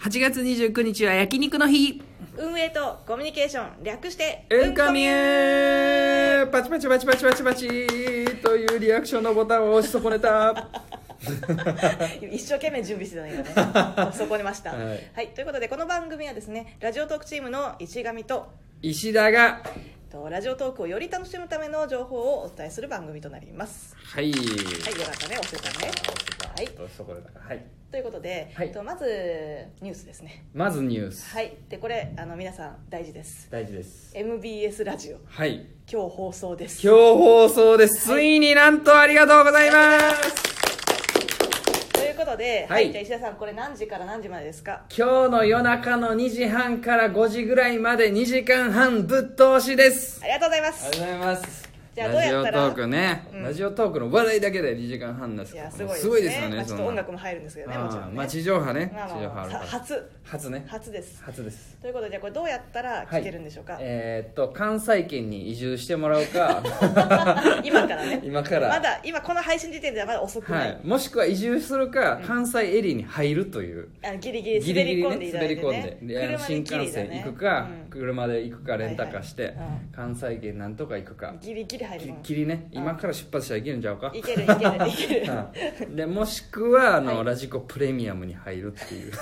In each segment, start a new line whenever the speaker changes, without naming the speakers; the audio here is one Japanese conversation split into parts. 8月29日は焼肉の日
運営とコミュニケーション略して
うんかみ
み
ゅーパチパチパチパチパチパチというリアクションのボタンを押し損ね た
一生懸命準備してたね今ねそこにました、
は
はいいということでこの番組はですねラジオトークチームの石上と
石田が
とラジオトークをより楽しむための情報をお伝えする番組となります
はいはい
はいよかったね押せたねはい
押し損ねたからはい
ということで、
はい
とまずニュースですね
まずニュース
はいでこれあの皆さん大事です
大事です
MBS ラジオ
はい
今日放送です
今日放送です、
はい
ついになんとありがとうございます
ということで、
は
はいいじゃあ石田さんこれ何時から何時までですか
今日の夜中の2時半から5時ぐらいまで2時間半ぶっ通しです
ありがとうございます
ありがとうございます
じゃあどうやったら
ラジオトークね、
うん
ラジオトークの話題だけで2時間半です
い
から
やすごいですね
もうですよね
まあ、ち
そ
ょっ
ん
と
な
音楽も入るんですけどねもちろん
あー
ね、
まあ地上波ね、
まあまあ
地上波あるから
さ初
初ね
初です
初です
ということでじゃあこれどうやったら聞けるんでしょうか、
えーっと関西圏に移住してもらうか
今からね
今から
まだ今この配信時点ではまだ遅く
は
ない、
い、もしくは移住するか、関西エリアに入るという
あのギリギリ滑り込んでいただいて、ね、
滑り込んでであの
車
新
でギ
幹
リだ
線
ね
行くか、
うん
車で行くかレンタカーして、
はいはいうん
関西圏なんとか行くか
ギリギリ入
き
る
り
もん
きりね
うん
今から出発したらいけるんちゃうか
い けるいけるいける
うんでもしくはあの、
はい
ラジコプレミアムに入るって いう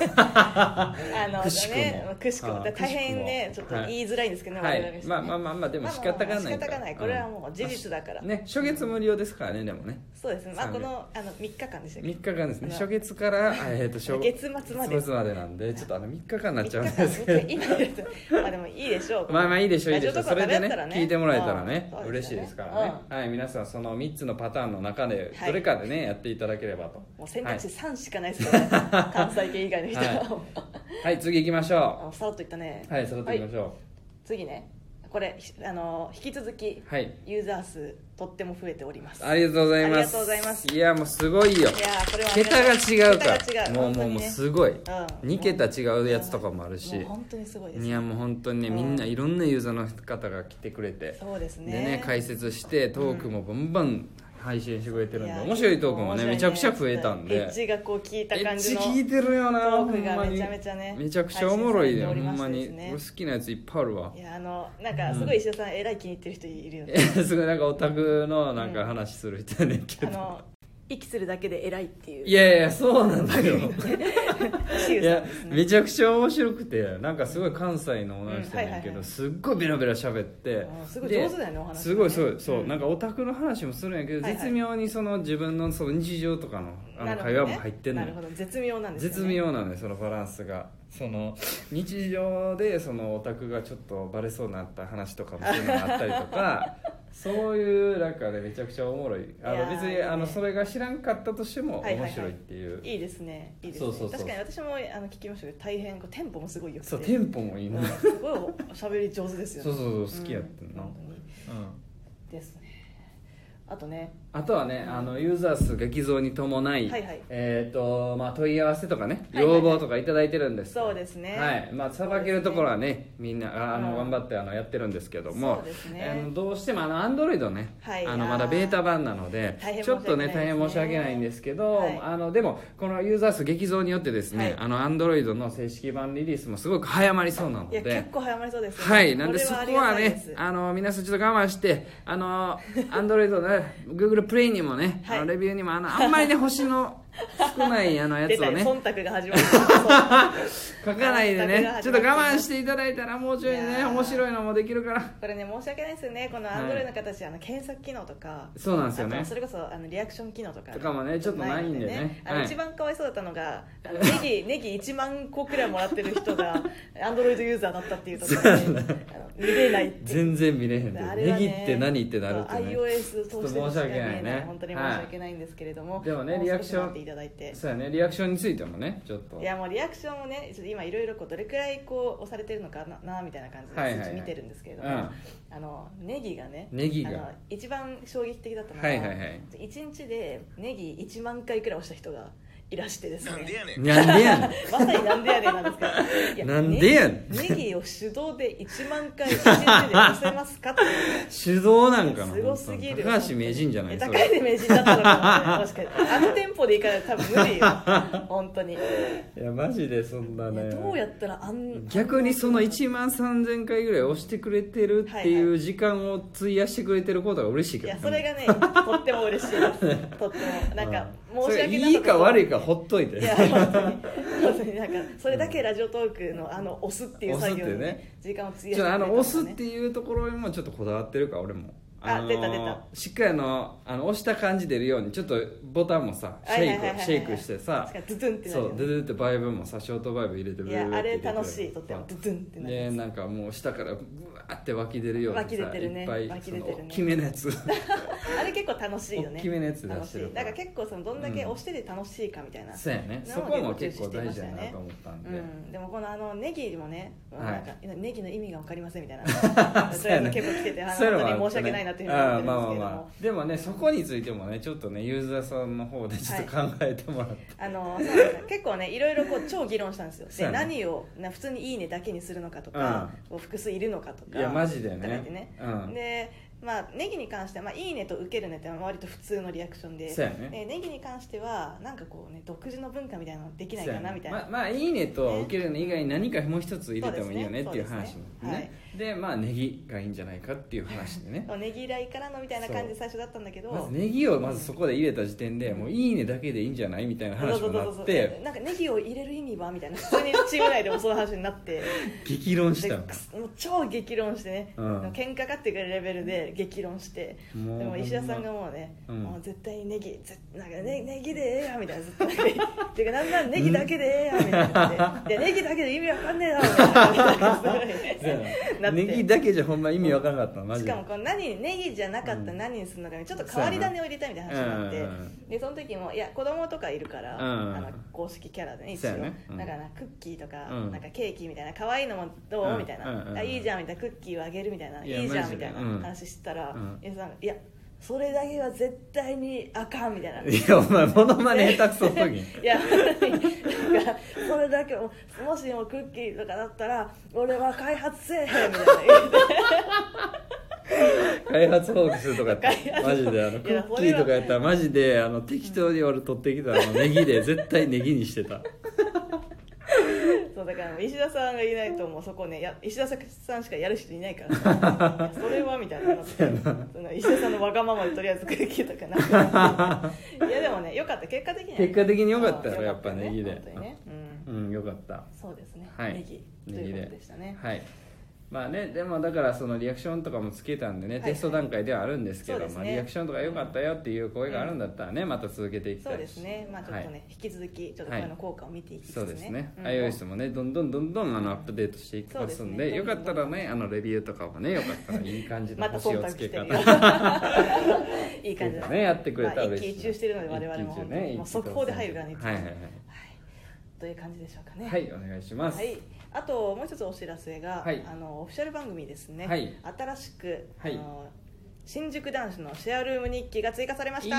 あの
くしくも
ねくしくも
あ
大変ね
く
ち
し
ょ
く
っ
も
と言いづらいんですけどね、
は
我々
い
に、してね
まあまあまあまあでも仕方がないから
まあまあまあ仕方がないこれはもう事実だから、
ね初月無料ですからねでもね
そうですね、まあ、
そう
こ
ね
のあの3日間でしたっけ
3日間ですね
あ
初月から、えー、と初
月末まで
月末までなんでちょっとあの3日間になっちゃうんですけど
今入れてまあでもいいでしょう
まあまあいいでしょういい
ラジ
で
オ
しょ
と
う
か
それでね
だったら
聞いてもらえたらね
うんそう
嬉
よ
しいですからね、はい皆さんその3つのパターンの中で
はい
どれかでね、やっていただければと
うんもう選択肢3しかないですから ね関西圏以外の人は
はい、はい、次行きましょ
あ さらっといったね
うはいそろっていきま
は
しょ
次ねこれひあの引き続き
うはい、
ユーザー数とっても増えております
ありがとうございます
ありがとうございます
いやもうすごいよ
いやーこれは
桁が違うから
桁が違
もう
本当
もう
に
もう
ね
すごい、
ん
2桁違うやつとかもあるし
もう本当にすごいです
いやもう本当にねみんな
うん
いろんなユーザーの方が来てくれて、
そうですね
でね解説してトークもバンバン配信してくれてるんで
や
面白いトークもねめちゃくちゃ増えたん
エ
で
ッジがこう効いた感じの
エッジ聞いてるよな
トー
ほん
クが
まに
めちゃめちゃね
めちゃくちゃおもろいねほ
配信されておりま
ん
し
ま
て
に
ですね
俺好きなやついっぱいあるわ
いやあのなんかすごい石田さん、えらい気に入ってる人いるよね
えすごいなんかオタクのなんか話する人やねんけ
あ
ど、
の息するだけで偉いっていう
いやいやそうなん だよいや
シウさんですね
めちゃくちゃ面白くてなんかすごい関西の女の人やねんけ
うんはいはいは
ど
い
すっごいベラベラ喋って
うんすごい
で
上手だよねお話ね
すごいすごいそう、
うん
なんかオタクの話もするんやけど、
はいはい
絶妙にその自分のその日常とかのあの会話も入ってんの
な
よ
るほどね、なるほど絶妙なんですよね
絶妙なのよそのバランスがその日常でそのオタクがちょっとバレそうになった話とかもそういうのがあったりとか そういうなんかねめちゃくちゃおもろいあ
いや
の
ー
別に
いいね
あのそれが知らんかったとしても
はいはいは
面
い
白いっていう、
いいですねいいですね
そうそうそう
確かに私もあの聞きましたけど大変こうテンポもすごいよくて
そうテンポもいい
うん
なそう
すごいお喋り上手ですよ
そう
ね
そう好きやってんな、
う
うん
ん本当にですねあとね
あとはね、あのユーザー数激増に伴い、
はいはい
えーとまあ、問い合わせとかね、
はいはいは
要
い
望とかいただいてるんです
そうですね
はいまあさばけるところはねみんなああの、
う
頑
ん
張ってあのやってるんですけども
そうですね
あのどうしてもあのアンドロイドね、
はい
あのまだベータ版なので
大変
ちょっとね
申し訳
大変
ないですね
申し訳ないんですけど、
はい
あのでもこのユーザー数激増によってですね、
はい
あのアンドロイドの正式版リリースもすごく早まりそうなの
いや結
で。
構早まりそうですよね
はい、なんでそ
れ
こは
ありがたいで
ね
す、
あの皆さんちょっと我慢して、あのアンドロイドの Google プレイにもね、
はい
あのレビューにもあのあんま りね星の少ないあのや
出
つ
た
を
よ
ね
忖度が始まる
書かないでね、
あ
ちょっと我慢していただいたらもうちょい
い
ね
やー
面白いのもできるから。
これね申し訳ないですよねこの
はい
アンドロイドの形、あの検索機能とか
そうなんですよ
あ
ね
と。それこそあのリアクション機能とか
とかもねちょっとないんでね
あの
はい
一番かわいそうだったのがあのネギ ネギ1万個くらいもらってる人がアンドロイドユーザーだったっていうところであの見れないっていう
全然見れへんで、
あれ
ネ
は
ギ
ね
って何ってなるってね
そう iOS を通してる人しか見え
ちょっと申し訳ないね
本当に申し訳ないんですけれども、
はいでもね
う少し
リアクション
待っていただいて
そうやねリアクションについてもねちょっと
いやもうリアクションもねちょっと今いろいろこうどれくらいこう押されてるのかななみたいな感じで
はいはいはい
数値見てるんですけれども、
うん
あのネギがね
ネギが
あの一番衝撃的だったの
はいはいはい
1日でネギ1万回くらい押した人がいらしてですね
なんでやねん
まさになんでやねんなんですけどい
なんでやねん
ネギネギを手動で1万回一日で乗せますかっていう
手動なんかな
すごすぎる
高橋名人じゃない
え高
そ
橋
れ
名人だったのかもね確かにあの店舗で行かないと多分無理よ 本当に、
いやマジでそんない
や
ね
どうやったらあん
逆にその1万3000回ぐらい押してくれてるって
はい
い
は
う時間を費やしてくれてることが嬉しい
い
けど
やそれがねとっても嬉しい ですとってもなん
う
か
ん
申し
それ
訳ない
いか悪い
か
かほっといて
いや本当に本当になんかそれだけラジオトークのあの押すっていう作業に、
押すっていう
時間を費や
ちょっとあの押すって
いう
いうところにもちょっとこだわってるから俺も
あ
の
出た出た
しっかりあのあの押した感じ出るようにちょっとボタンもさシェイクシェイクしてさ
ドゥドゥンってな
そ
るよ
う
ね
ドゥドゥってバイブもさショートバイブ入れて
いやあれ楽しい
と
とってもドゥドゥンってな
で
る
なんかもう下からグワーって湧き出るようにさ
湧き出てるね
いっぱい
湧き出てるね
その大きめのや つ
あれ結構楽しいよね
大きめのやつ出
楽
し
してい
る
だから結構そのどんだけ押してて楽しいかみたいな、
そうやねそこも結構大事だなと思ったんで、
うん、でもこのあのネギもね、
はい
なんかネギの意味が分かりませんみ たいなそういうの結構来ててあの
そういうのもあ
本
っ
当に申した
ね
訳ないなっていうふうに思って
あー
るんですけれども
まあまあまあでもねそこについてもねちょっとねユーザーさんの方でちょっと考えてもらって、
あのそうなんですよ結構ねいろいろこう超議論したんですよ
そう
で
やね
何をな普通に「いいね」だけにするのかとか、こう複数いるのかとか
い、やマジでね
とか言ってね
うん
でまあネギに関しては「まあ、いいね」と「受けるね」って割と普通のリアクションで
そうやね
でネギに関してはなんかこうね独自の文化みたいなのできない
そう
か
や
なみたいな、
まあ、まあいいねと受けるの以外に何かもう一つ入れてもいいよねっていう話
そ
ね
うです
で
ね
まあネギがいいんじゃないかっていう話でね
ネギ嫌いからのみたいな感じで最初だったんだけ ど
まずネギをまずそこで入れた時点でもういいねだけでいいんじゃないみたいな話もなって
なんかネギを入れる意味はみたいな普通にチーム内でもその話になって
激論したの
でくすもう超激論してね、
うん
喧嘩かってくるレベルで激論して
もう
でも石田さんが
ほん
もうね、
うん
もう絶対にネギぜなんかネネギでええやみたいなずっとなんか言 っててかなんなんネギだけでええやみたいな ってでネギだけで意味わかんねえだろみたいな なんか
そうや
すご
ない
な
ネ
っ
ギ
て。
だけじゃほんま意味わからなかったのマ
し
ジで
かもこの何ネギじゃなかったら何にするのかねちょっと変わり種を入れたいみたいな話になって、
うんうんうん
でその時もいや子供とかいるから、
うん
あの公式キャラでね一
そう
応
やねうん
だからクッキーとか,、
うん
なんかケーキみたいな可愛いのもどう、
うん
みたいな、
うんうん
あいいじゃんみたいなクッキーをあげるみたいない
や
いいじゃ
マ
ん
ジ
み
で
たいな話したら、
うん
皆さんいやそれだけは絶対にあかんみたいない
やお前モノマネ下手くその時に
いやなんかそれだけももしもクッキーとかだったら俺は開発せえへんみたいな
開発放棄するとかって
開発
マジであの
い
ク
や
ッキーとかやったらマジであの適当に俺取ってきたあのネギで絶対ネギにして た
そうだからもう石田さんがいないともうそこねや石田さんしかやる人いないから いやそれはみたいなのってその石田さんのわがままでとりあえずクッキーとか なくていやでもねよかった結果的にはね
結果的に良かったよ
そう
やっぱネギで
本当にね、うん、
うんよかった
そうですね、
はい
ネギと
ネギ
いう
で
ことでしたね
はいまあねでもだからそのリアクションとかもつけたんでね、
はい
テスト段階ではあるんですけど
そうです
ま
ね
あ、リアクションとか良かったよっていう声があるんだったらね、また続けていきた
そ
いう
ですねまあちょっとね、
はい
引き続きちょっとこれの効果を見ていきつつね、
そうですね、
うん
iOS もねどんどんどんどんあのアップデートしていきますん
そうで
で、
すね
よかったらねあのレビューとかもねよかったらいい感じの
また
星
忖
を
度
つ
して
け
るよ
方
いい感じだ
ねやってくれたら
まあ
嬉しい
一喜一憂してるので我々も
一喜一
本当
憂
に
ね
もう速報で入るからね
はいはいはい
という感じでしょうかね
はいお願いします、
はい、あともう一つお知らせが、
はい
あのオフィシャル番組ですね、
はい
新しく、
はい
あの新宿男子のシェアルーム日記が追加されまし
イ
た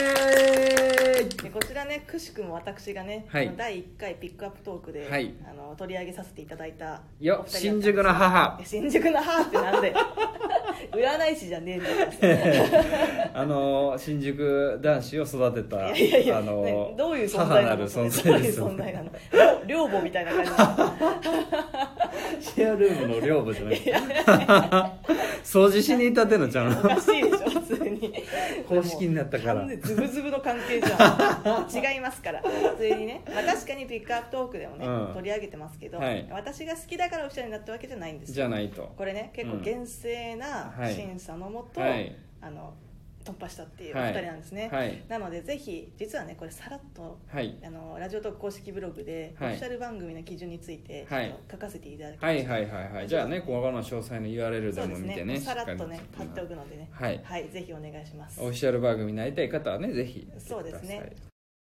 エーイ
でこちらねくしくも私がね、
はい
あの第1回ピックアップトークで、
はい
あの取り上げさせていただいた
よ
お二人だったん
新
です
宿 の母
え新宿の母ってなんで 占い師じゃねえんだから
あの新宿男子を育てた
いやいやいや、
あの、
ねどういう存
母
在な
な
の
る
それ
存
ど
在
うい
で
う
す
存在なの 寮寮母みたいな感じなの
シェアルームの寮母じゃない掃除しに行ったてのちゃ
お
ん
かしいでしょ普通に
公式になったから
完全にズブズブの関係じ ゃん違いますからそれにね、まあ、確かにピックアップトークでもね、
うん
取り上げてますけど、
はい
私が好きだからオフィシャルになったわけじゃないんです
じ
よ
ゃないと
これね結構厳正な
うんはい
審査のもと、
はい
あの突破したっていうお
はい
二人なんですね、
はい
なのでぜひ実はねこれさらっと
はい
あのラジオトーク公式ブログで、
はい
オフィシャル番組の基準についてちょ
は
っ
い
と書かせていただきました、
はいはいはいはいじゃあねここの詳細の URL で
そうで
も
す
見て
ね
ね
さらっとね
しか
貼っ
り
ておくのでね
はい
はいぜひお願いします
オフィシャル番組になりたい方はねぜひやって
そうですね
ください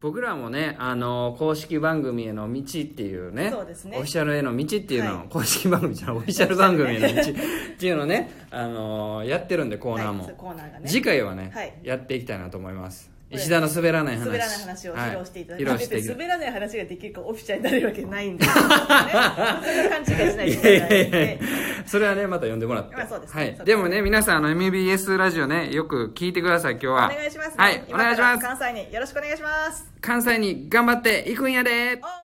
僕らもねあの公式番組への道っていうね
そうですね
オフィシャルへの道っていうのを、
はい
公式番組じゃないオフィシャル番組への道っていうのをねあのやってるんでコーナーも、
はいそうコーナーがね
次回はね、
はい
やっていきたいなと思います石田の滑らない話
滑らない話を披露していただ
はい、披露して
て
いただ
滑らない話ができるかオフィシャルになれるわけないん で、ね、それは勘違いしないでいただいて
それはねまた呼んでもらって、
まあそうですね
はい
そうですね
でもね皆さんあの MBS ラジオねよく聞いてください今日
お
は
願いします、ね、
はいお願いしま
今
す
から関西によろしくお願いします
関西に頑張っていくんやで
お